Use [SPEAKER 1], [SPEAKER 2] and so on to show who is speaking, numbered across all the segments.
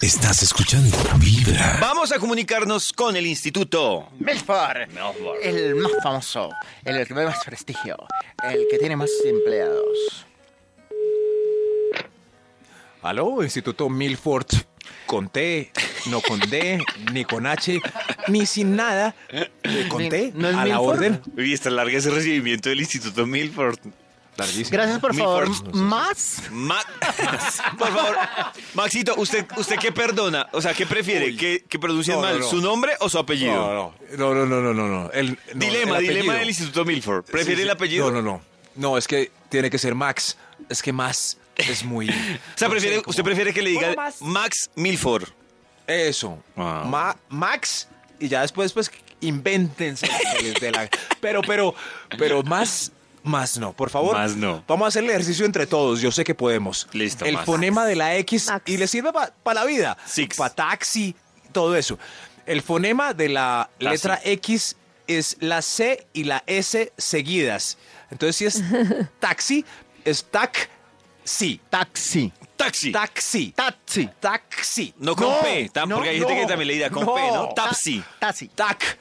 [SPEAKER 1] Estás escuchando Vibra.
[SPEAKER 2] Vamos a comunicarnos con el instituto.
[SPEAKER 3] Milford,
[SPEAKER 2] Milford.
[SPEAKER 3] el más famoso, el que ve más prestigio, el que tiene más empleados.
[SPEAKER 4] Aló, Instituto Milford. Con T, no con D, ni con H, ni sin nada. Eh, Con
[SPEAKER 3] Ni-
[SPEAKER 4] T,
[SPEAKER 3] ¿no es
[SPEAKER 4] a la
[SPEAKER 3] Milford?
[SPEAKER 4] orden.
[SPEAKER 2] Uy, está larga ese recibimiento del instituto Milford.
[SPEAKER 4] Larguísimo.
[SPEAKER 3] Gracias por favor,
[SPEAKER 2] Milford.
[SPEAKER 3] más.
[SPEAKER 2] Ma- por favor, Maxito, ¿usted, ¿usted qué perdona? O sea, ¿qué prefiere?
[SPEAKER 4] Uy.
[SPEAKER 2] ¿Que, que pronuncien
[SPEAKER 4] No, no,
[SPEAKER 2] mal
[SPEAKER 4] no.
[SPEAKER 2] su nombre o su apellido?
[SPEAKER 4] No, no, no, no, no, no, no. El, no,
[SPEAKER 2] dilema,
[SPEAKER 4] el
[SPEAKER 2] dilema
[SPEAKER 4] apellido.
[SPEAKER 2] del instituto Milford. ¿Prefiere
[SPEAKER 4] Sí, sí.
[SPEAKER 2] el apellido?
[SPEAKER 4] No, no, no. No, es que tiene que ser Max. Es que más es muy.
[SPEAKER 2] O sea, prefiere, ¿usted prefiere que le diga Max Milford?
[SPEAKER 4] Eso.
[SPEAKER 2] Ah.
[SPEAKER 4] Ma- Max. Y ya después, pues, invéntense. que les dé la- Pero, pero, pero más. Más no, por favor.
[SPEAKER 2] Más no.
[SPEAKER 4] Vamos a hacer el ejercicio entre todos. Yo sé que podemos.
[SPEAKER 2] Listo,
[SPEAKER 4] El
[SPEAKER 2] Max.
[SPEAKER 4] fonema de la X
[SPEAKER 5] Max.
[SPEAKER 4] y le sirve para la vida.
[SPEAKER 2] Six.
[SPEAKER 4] Para taxi, todo eso. El fonema de la
[SPEAKER 2] Taxi.
[SPEAKER 4] letra X es la C y la S seguidas. Entonces, si es taxi, es tac, sí.
[SPEAKER 3] Taxi,
[SPEAKER 2] Taxi.
[SPEAKER 4] Taxi.
[SPEAKER 3] taxi,
[SPEAKER 4] Taxi.
[SPEAKER 2] no con P, tam-
[SPEAKER 4] no,
[SPEAKER 2] porque hay gente que
[SPEAKER 4] no,
[SPEAKER 2] también le dirá con P, ¿no?
[SPEAKER 4] no.
[SPEAKER 2] Tapsi.
[SPEAKER 3] taxi.
[SPEAKER 4] Tac.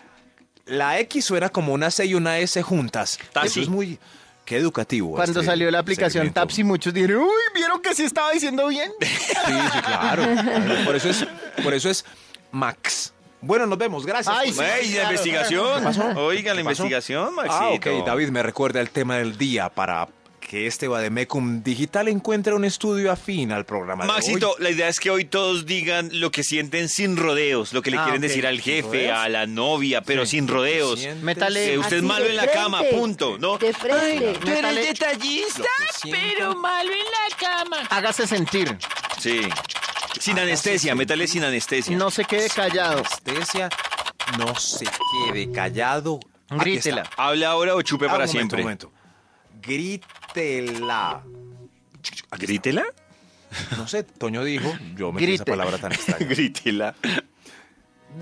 [SPEAKER 4] La X suena como una C y una S juntas.
[SPEAKER 2] Taxi.
[SPEAKER 4] Eso es muy... Qué educativo.
[SPEAKER 3] Cuando
[SPEAKER 4] este
[SPEAKER 3] salió la aplicación
[SPEAKER 4] segmento.
[SPEAKER 3] Tapsi, muchos dijeron, uy, vieron que sí estaba diciendo bien.
[SPEAKER 4] Sí, sí, claro. claro. Por eso es, por eso es Max. Bueno, nos vemos. Gracias.
[SPEAKER 3] Ay, sí.
[SPEAKER 2] Ey, la
[SPEAKER 3] claro.
[SPEAKER 2] investigación! Oiga, la
[SPEAKER 4] ¿Qué pasó?
[SPEAKER 2] investigación, Maxito.
[SPEAKER 4] Ah, ok. David me recuerda el tema del día para que este Bademecum Digital encuentre un estudio afín al programa. de
[SPEAKER 2] Maxito,
[SPEAKER 4] hoy.
[SPEAKER 2] la idea es que hoy todos digan lo que sienten sin rodeos, lo que le
[SPEAKER 3] Ah,
[SPEAKER 2] quieren
[SPEAKER 3] ok.
[SPEAKER 2] decir al
[SPEAKER 4] ¿Sin
[SPEAKER 2] jefe,
[SPEAKER 4] rodeos?
[SPEAKER 2] a la novia, pero sin rodeos.
[SPEAKER 4] Sientes-
[SPEAKER 3] Métale-
[SPEAKER 2] Eh, usted es
[SPEAKER 5] Así
[SPEAKER 2] malo
[SPEAKER 5] de
[SPEAKER 2] en la
[SPEAKER 5] frente,
[SPEAKER 2] cama, punto, ¿no?
[SPEAKER 5] De frente.
[SPEAKER 3] Tú eres Métale-
[SPEAKER 2] detallista,
[SPEAKER 4] pero
[SPEAKER 2] malo en la cama.
[SPEAKER 3] Hágase sentir,
[SPEAKER 2] Sí. Sin anestesia, métale sin anestesia.
[SPEAKER 3] no se quede callado.
[SPEAKER 4] Anestesia, no se quede callado. Aquí está.
[SPEAKER 3] Grítela.
[SPEAKER 2] Habla ahora o chupe
[SPEAKER 4] Ah, un
[SPEAKER 2] para
[SPEAKER 4] momento,
[SPEAKER 2] siempre.
[SPEAKER 4] un momento. Grítela.
[SPEAKER 2] ¿Grítela?
[SPEAKER 4] No sé, Toño dijo, yo metí
[SPEAKER 3] Grite.
[SPEAKER 4] esa palabra tan extraña.
[SPEAKER 2] Grítela.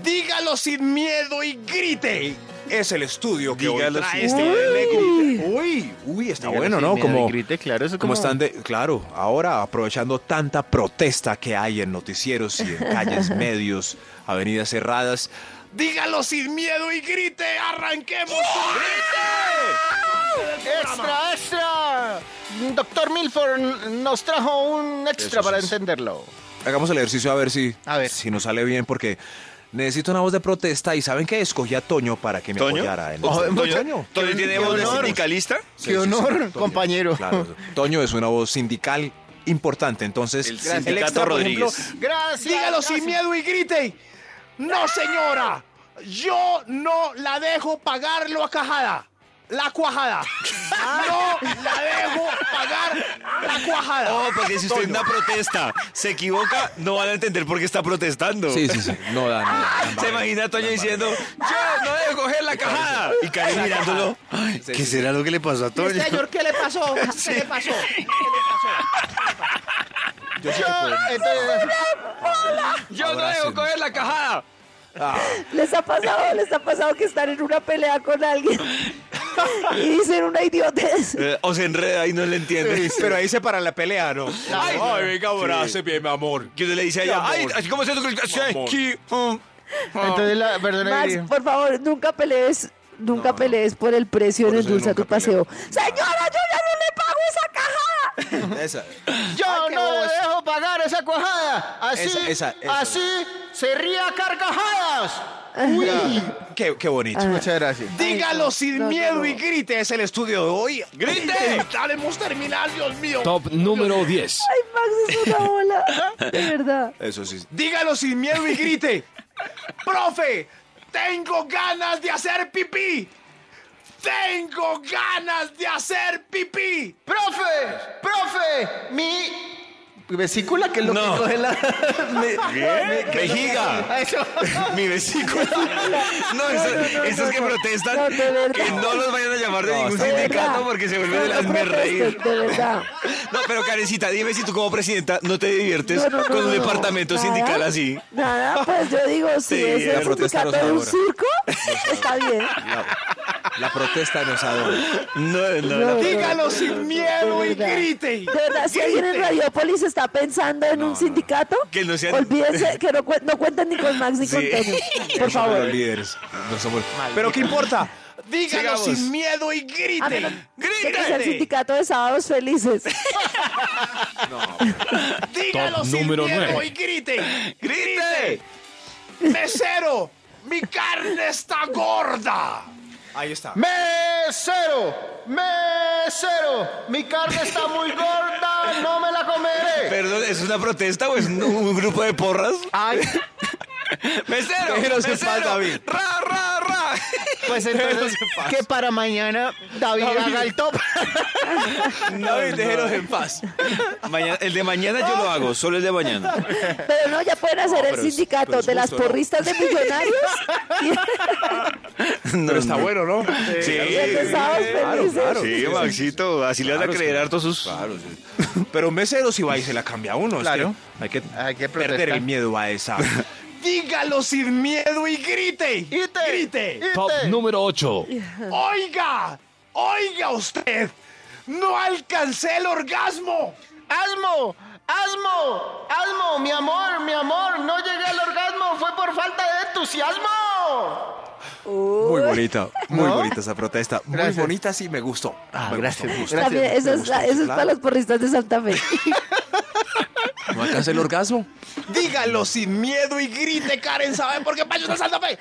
[SPEAKER 4] Dígalo sin miedo y grite. Es el estudio que
[SPEAKER 2] Dígalo
[SPEAKER 4] hoy trae
[SPEAKER 2] sin
[SPEAKER 4] este
[SPEAKER 2] miedo.
[SPEAKER 4] Bademecum. Uy, uy, está
[SPEAKER 3] Dígalo
[SPEAKER 4] bueno,
[SPEAKER 3] sin
[SPEAKER 4] ¿no?
[SPEAKER 3] miedo y
[SPEAKER 4] Como,
[SPEAKER 3] grite, claro, eso
[SPEAKER 4] como
[SPEAKER 3] como-
[SPEAKER 4] están de, claro, ahora aprovechando tanta protesta que hay en noticieros y en calles, medios, avenidas cerradas. Dígalo sin miedo y grite, arranquemos.
[SPEAKER 3] ¡Extra, extra! Doctor Milford nos trajo un extra
[SPEAKER 4] Eso
[SPEAKER 3] para
[SPEAKER 4] es.
[SPEAKER 3] entenderlo.
[SPEAKER 4] Hagamos el ejercicio a ver si,
[SPEAKER 3] A ver.
[SPEAKER 4] si nos sale bien, porque necesito una voz de protesta y saben que escogí a Toño para que me
[SPEAKER 2] ¿Toño?
[SPEAKER 4] apoyara. En
[SPEAKER 3] Ojo,
[SPEAKER 4] esto.
[SPEAKER 3] mucho-
[SPEAKER 4] Toño.
[SPEAKER 2] ¿Toño
[SPEAKER 3] Qué-
[SPEAKER 2] tiene
[SPEAKER 3] qué
[SPEAKER 2] voz de
[SPEAKER 3] honor.
[SPEAKER 2] sindicalista?
[SPEAKER 3] ¡Qué honor, compañero!
[SPEAKER 4] Claro, Toño es una voz sindical importante, entonces
[SPEAKER 2] El sindicato
[SPEAKER 4] por ejemplo,
[SPEAKER 2] Rodríguez.
[SPEAKER 3] Gracias.
[SPEAKER 4] dígalo
[SPEAKER 3] gracias.
[SPEAKER 4] sin miedo y grite. No, señora, yo no la dejo pagarlo a cajada. La cuajada. No la dejo pagar la cuajada.
[SPEAKER 2] Oh, porque si usted en una protesta se equivoca, no van a entender por qué está protestando.
[SPEAKER 4] Sí, sí, sí. No da, no da.
[SPEAKER 2] Se imagina a Toño diciendo, yo no debo coger la cajada. Y Karen mirándolo, "Ay,
[SPEAKER 4] Sí,
[SPEAKER 2] ¿qué
[SPEAKER 4] sí.
[SPEAKER 2] será lo que le pasó a Toño?
[SPEAKER 4] este ¿qué le pasó? ¿Qué le pasó? Yo sé que pueden-
[SPEAKER 3] Entonces,
[SPEAKER 2] Yo no
[SPEAKER 4] Ahora
[SPEAKER 2] debo
[SPEAKER 4] sí.
[SPEAKER 2] coger la cajada.
[SPEAKER 4] Ah,
[SPEAKER 5] ¿Les ha pasado? ¿Les ha pasado que están en una pelea con alguien y dicen una idiotez?
[SPEAKER 2] Eh, o se enreda y no le entiende.
[SPEAKER 4] pero ahí se para la pelea, ¿no? Ay, venga, abrace bien, mi amor.
[SPEAKER 2] Que uno le dice a ella,
[SPEAKER 4] Mi
[SPEAKER 2] ay,
[SPEAKER 4] amor.
[SPEAKER 2] así como se hace
[SPEAKER 4] Mi amor.
[SPEAKER 2] aquí, um,
[SPEAKER 3] entonces la, perdona,
[SPEAKER 5] Max,
[SPEAKER 3] Viri.
[SPEAKER 5] por favor, nunca pelees. Nunca pelees por el precio
[SPEAKER 4] Por
[SPEAKER 5] en el
[SPEAKER 4] eso yo
[SPEAKER 5] dulce a tu
[SPEAKER 4] nunca peleo.
[SPEAKER 5] paseo. Señora, yo ya no le pago esa caja.
[SPEAKER 4] Esa.
[SPEAKER 3] Yo no
[SPEAKER 4] Ay, qué
[SPEAKER 3] le
[SPEAKER 4] bobos.
[SPEAKER 3] dejo pagar esa cuajada. Así,
[SPEAKER 4] Esa- esa- esa.
[SPEAKER 3] así se ría a carcajadas. Uy.
[SPEAKER 4] Qué, qué bonito.
[SPEAKER 3] Muchas gracias.
[SPEAKER 4] Dígalo
[SPEAKER 5] no,
[SPEAKER 4] sin
[SPEAKER 5] no, no,
[SPEAKER 4] miedo
[SPEAKER 5] no.
[SPEAKER 4] y grite, es el estudio de hoy. ¡Grite! ¡Haremos terminar, Dios mío!
[SPEAKER 1] Top número 10.
[SPEAKER 5] Ay, Max es una bola. De verdad.
[SPEAKER 4] Eso sí. Dígalo sin miedo y grite. Profe, tengo ganas de hacer pipí. Tengo ganas de hacer pipí.
[SPEAKER 3] Profe, profe, mi vesícula que es lo
[SPEAKER 2] No.
[SPEAKER 3] que coge la
[SPEAKER 2] vejiga,
[SPEAKER 3] eso.
[SPEAKER 2] mi vesícula. No, eso- esos, que protestan,
[SPEAKER 5] No, de verdad.
[SPEAKER 2] que no los vayan a llamar de
[SPEAKER 4] No,
[SPEAKER 2] ningún
[SPEAKER 4] está
[SPEAKER 5] De
[SPEAKER 2] sindicato
[SPEAKER 5] verdad.
[SPEAKER 2] porque se
[SPEAKER 5] No,
[SPEAKER 2] vuelven el
[SPEAKER 5] no
[SPEAKER 2] hazme reír.
[SPEAKER 5] protestes, De verdad.
[SPEAKER 2] No, pero Karencita, dime si tú como presidenta no te diviertes
[SPEAKER 5] No, no, no,
[SPEAKER 2] con un
[SPEAKER 5] no, no.
[SPEAKER 2] departamento
[SPEAKER 5] Nada,
[SPEAKER 2] sindical así.
[SPEAKER 5] Nada, pues yo digo, si
[SPEAKER 2] Sí,
[SPEAKER 5] es
[SPEAKER 2] la
[SPEAKER 5] el
[SPEAKER 4] protesta
[SPEAKER 5] sindicato
[SPEAKER 4] no se
[SPEAKER 5] de un
[SPEAKER 4] valora.
[SPEAKER 5] circo, está bien.
[SPEAKER 2] La protesta nos adora.
[SPEAKER 1] No, no,
[SPEAKER 5] No,
[SPEAKER 4] Dígalo sin miedo y
[SPEAKER 5] De verdad.
[SPEAKER 4] grite.
[SPEAKER 5] De verdad, si alguien en Radiopolis está pensando en un sindicato,
[SPEAKER 1] que no sean-
[SPEAKER 5] olvídese que no, cuen- no cuenten ni con Max ni con
[SPEAKER 1] Sí.
[SPEAKER 5] Toño.
[SPEAKER 2] No
[SPEAKER 5] Por
[SPEAKER 2] somos
[SPEAKER 5] favor.
[SPEAKER 2] los líderes. No somos.
[SPEAKER 4] Pero qué importa. Dígalo
[SPEAKER 2] Sigamos.
[SPEAKER 4] sin miedo y
[SPEAKER 5] A menos
[SPEAKER 4] grite.
[SPEAKER 5] que sea el
[SPEAKER 4] Grite.
[SPEAKER 5] sindicato de sábados felices.
[SPEAKER 4] Dígalo
[SPEAKER 1] Top
[SPEAKER 4] sin
[SPEAKER 1] número
[SPEAKER 4] miedo
[SPEAKER 1] nueve.
[SPEAKER 4] y grite.
[SPEAKER 2] ¡Grite!
[SPEAKER 4] Mesero, mi carne está gorda. Ahí está.
[SPEAKER 3] Mesero, mesero, mi carne está muy gorda, no me la comeré.
[SPEAKER 2] Perdón, ¿es una protesta o es un, un grupo de porras?
[SPEAKER 3] Ay,
[SPEAKER 2] ¡Mesero!
[SPEAKER 4] Pero se
[SPEAKER 2] ¡Mesero!
[SPEAKER 4] pasa, David.
[SPEAKER 2] ¡Ra, ra, ra!
[SPEAKER 3] pues entonces que para mañana David, haga el top.
[SPEAKER 2] David, déjenos en paz. Mañana- el de mañana yo lo hago, solo el de mañana.
[SPEAKER 5] Pero no, ya pueden hacer el
[SPEAKER 2] pero es-
[SPEAKER 5] sindicato
[SPEAKER 2] pero es
[SPEAKER 5] de las
[SPEAKER 2] justo, ¿no?
[SPEAKER 5] porristas de millonarios
[SPEAKER 2] No,
[SPEAKER 4] Pero está
[SPEAKER 2] no.
[SPEAKER 4] bueno, ¿no?
[SPEAKER 1] Sí,
[SPEAKER 5] y el de sábados felices.
[SPEAKER 1] sí, Maxito, así le van a creer harto sus.
[SPEAKER 2] Claro, sí.
[SPEAKER 4] Pero mesero si va y se la cambia a uno. es
[SPEAKER 2] Claro.
[SPEAKER 4] que hay que
[SPEAKER 3] Hay que
[SPEAKER 4] perder
[SPEAKER 3] protestar.
[SPEAKER 4] el miedo a esa. Dígalo sin miedo y grite.
[SPEAKER 3] Grite.
[SPEAKER 4] Grite. Oh.
[SPEAKER 1] Top
[SPEAKER 3] Ite.
[SPEAKER 1] número 8.
[SPEAKER 4] Oiga, oiga usted. No alcancé el orgasmo.
[SPEAKER 3] ¡Asmo! ¡Asmo! ¡Asmo! ¡Mi amor! ¡Mi amor! ¡No llegué al orgasmo! ¡Fue por falta de entusiasmo!
[SPEAKER 2] Muy bonita, muy
[SPEAKER 3] ¿No?
[SPEAKER 2] bonita esa protesta. Muy
[SPEAKER 3] Gracias.
[SPEAKER 2] bonita, sí, me gustó.
[SPEAKER 3] Ah,
[SPEAKER 2] Me
[SPEAKER 3] gracias,
[SPEAKER 2] gustó, me
[SPEAKER 5] También, eso es, la- eso es
[SPEAKER 2] claro.
[SPEAKER 5] para los porristas de Santa Fe.
[SPEAKER 2] gustó. ¿No alcanza el orgasmo?
[SPEAKER 4] Dígalo sin miedo y grite, Karen. ¿Saben por qué Pacho está en Santa Fe?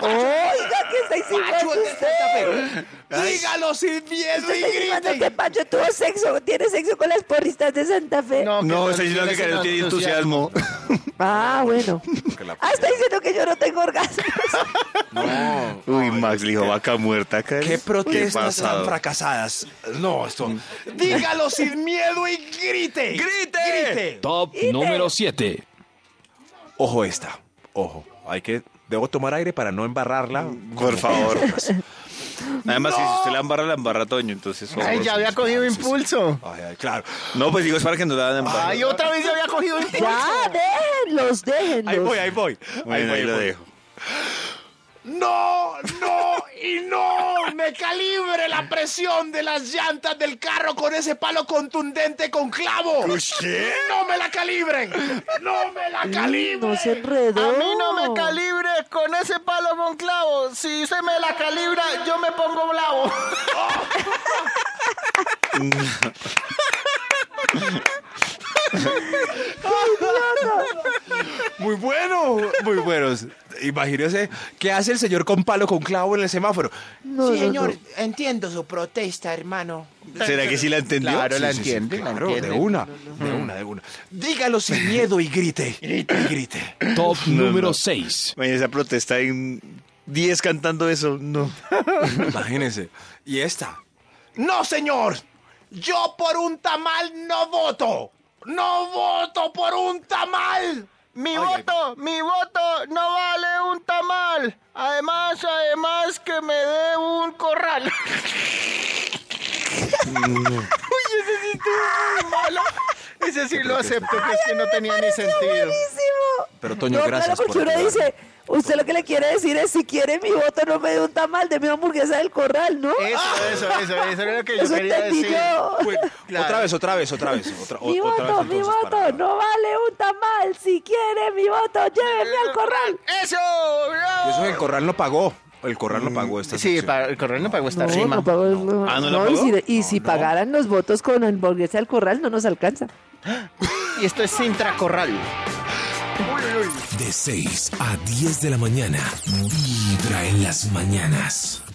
[SPEAKER 5] Oiga, que está insinuando
[SPEAKER 4] Pacho está en
[SPEAKER 5] usted.
[SPEAKER 4] Santa Fe. Dígalo sin miedo y
[SPEAKER 5] Usted está insinuando
[SPEAKER 4] grite.
[SPEAKER 5] que Pacho tuvo sexo, tiene sexo con las porristas de Santa Fe.
[SPEAKER 1] No, está diciendo que Karen tiene entusiasmo.
[SPEAKER 5] Ah, bueno. Ah, está diciendo que yo no tengo orgasmo.
[SPEAKER 2] No.
[SPEAKER 1] Uy, Max le dijo vaca muerta, Karen.
[SPEAKER 4] ¿Qué protestas
[SPEAKER 1] pasado?
[SPEAKER 4] tan fracasadas? No, esto. Dígalo sin miedo y grite.
[SPEAKER 2] Mm. ¡Grite!
[SPEAKER 4] Grite.
[SPEAKER 1] Top
[SPEAKER 5] Ite.
[SPEAKER 1] número 7.
[SPEAKER 2] Ojo esta. Ojo. Hay que. Debo tomar aire para no embarrarla.
[SPEAKER 1] Por favor. Además, si usted la embarra, la embarra Toño, entonces. por
[SPEAKER 3] Ay,
[SPEAKER 1] favor,
[SPEAKER 3] ya había
[SPEAKER 1] sí,
[SPEAKER 3] cogido
[SPEAKER 1] sí, sí.
[SPEAKER 3] impulso.
[SPEAKER 2] Ay, ay, claro.
[SPEAKER 1] No, pues digo, es para que no la embarre.
[SPEAKER 3] Ay, otra vez ya había cogido impulso.
[SPEAKER 5] Ya, déjenlos, déjenlos.
[SPEAKER 2] Ahí voy, ahí voy. ahí
[SPEAKER 1] Bueno,
[SPEAKER 2] voy,
[SPEAKER 1] ahí lo
[SPEAKER 2] voy.
[SPEAKER 1] dejo.
[SPEAKER 4] No, no y no. Me calibre la presión de las llantas del carro con ese palo contundente con clavo.
[SPEAKER 1] ¿Qué?
[SPEAKER 4] No me la calibren. No me la
[SPEAKER 5] Mm,
[SPEAKER 4] calibren.
[SPEAKER 5] No se enredó.
[SPEAKER 3] A mí no
[SPEAKER 5] Oh.
[SPEAKER 3] me calibre con ese palo con clavo. Si se me la calibra, yo me pongo bravo.
[SPEAKER 4] Muy bueno, muy buenos. Imagínese, ¿qué hace el señor con palo con clavo en el semáforo?
[SPEAKER 5] No, no, no.
[SPEAKER 4] entiendo su protesta, hermano.
[SPEAKER 1] ¿Será que sí la entendió?
[SPEAKER 3] Claro, la entiende, la
[SPEAKER 4] Claro, de
[SPEAKER 3] entiende.
[SPEAKER 4] una, de una, de una. Dígalo sin miedo y grite. Grite, grite.
[SPEAKER 1] Top número
[SPEAKER 2] no.
[SPEAKER 1] 6.
[SPEAKER 6] Oye, esa protesta en 10 cantando eso, no.
[SPEAKER 4] Imagínense. Y esta. No, señor. Yo por un tamal no voto. No voto por un tamal.
[SPEAKER 3] Mi voto, mi voto no vale un tamal. Además, además que me dé un corral. Uy, ese sí estuvo muy malo. Ese sí lo acepto, que es que no tenía ni sentido.
[SPEAKER 5] Buenísimo.
[SPEAKER 2] Pero, Toño,
[SPEAKER 5] no,
[SPEAKER 2] gracias
[SPEAKER 5] Claro, porque
[SPEAKER 2] por
[SPEAKER 5] uno
[SPEAKER 2] ayudarme.
[SPEAKER 5] dice, usted lo que le quiere decir es, si quiere mi voto, no me dé un tamal, de mi hamburguesa del corral, ¿no?
[SPEAKER 3] Eso, eso, eso, eso era lo que yo
[SPEAKER 5] Eso
[SPEAKER 3] quería
[SPEAKER 5] entendí
[SPEAKER 3] decir.
[SPEAKER 5] yo.
[SPEAKER 4] Bueno,
[SPEAKER 3] Claro.
[SPEAKER 4] Otra vez, otra vez, otra vez. Otra,
[SPEAKER 5] Mi
[SPEAKER 4] otra
[SPEAKER 5] voto,
[SPEAKER 4] vez,
[SPEAKER 5] mi
[SPEAKER 4] entonces,
[SPEAKER 5] voto,
[SPEAKER 4] para-
[SPEAKER 5] no vale un tamal. Si quiere mi voto, llévenme al corral.
[SPEAKER 3] ¡Eso!
[SPEAKER 4] Y
[SPEAKER 3] ¡Bravo!
[SPEAKER 4] eso que el corral no pagó. El corral no pagó esta
[SPEAKER 3] Sí,
[SPEAKER 4] sección.
[SPEAKER 3] para el corral no pagó esta
[SPEAKER 5] No,
[SPEAKER 3] rima.
[SPEAKER 5] no pagó, no.
[SPEAKER 6] Ah, ¿no la
[SPEAKER 5] No, y
[SPEAKER 6] pagó?
[SPEAKER 5] si, y si pagaran los votos con hamburguesa del corral, no nos alcanza.
[SPEAKER 3] Y esto es Sintra Corral.
[SPEAKER 1] De 6 a 10 de la mañana. Vibra en las mañanas.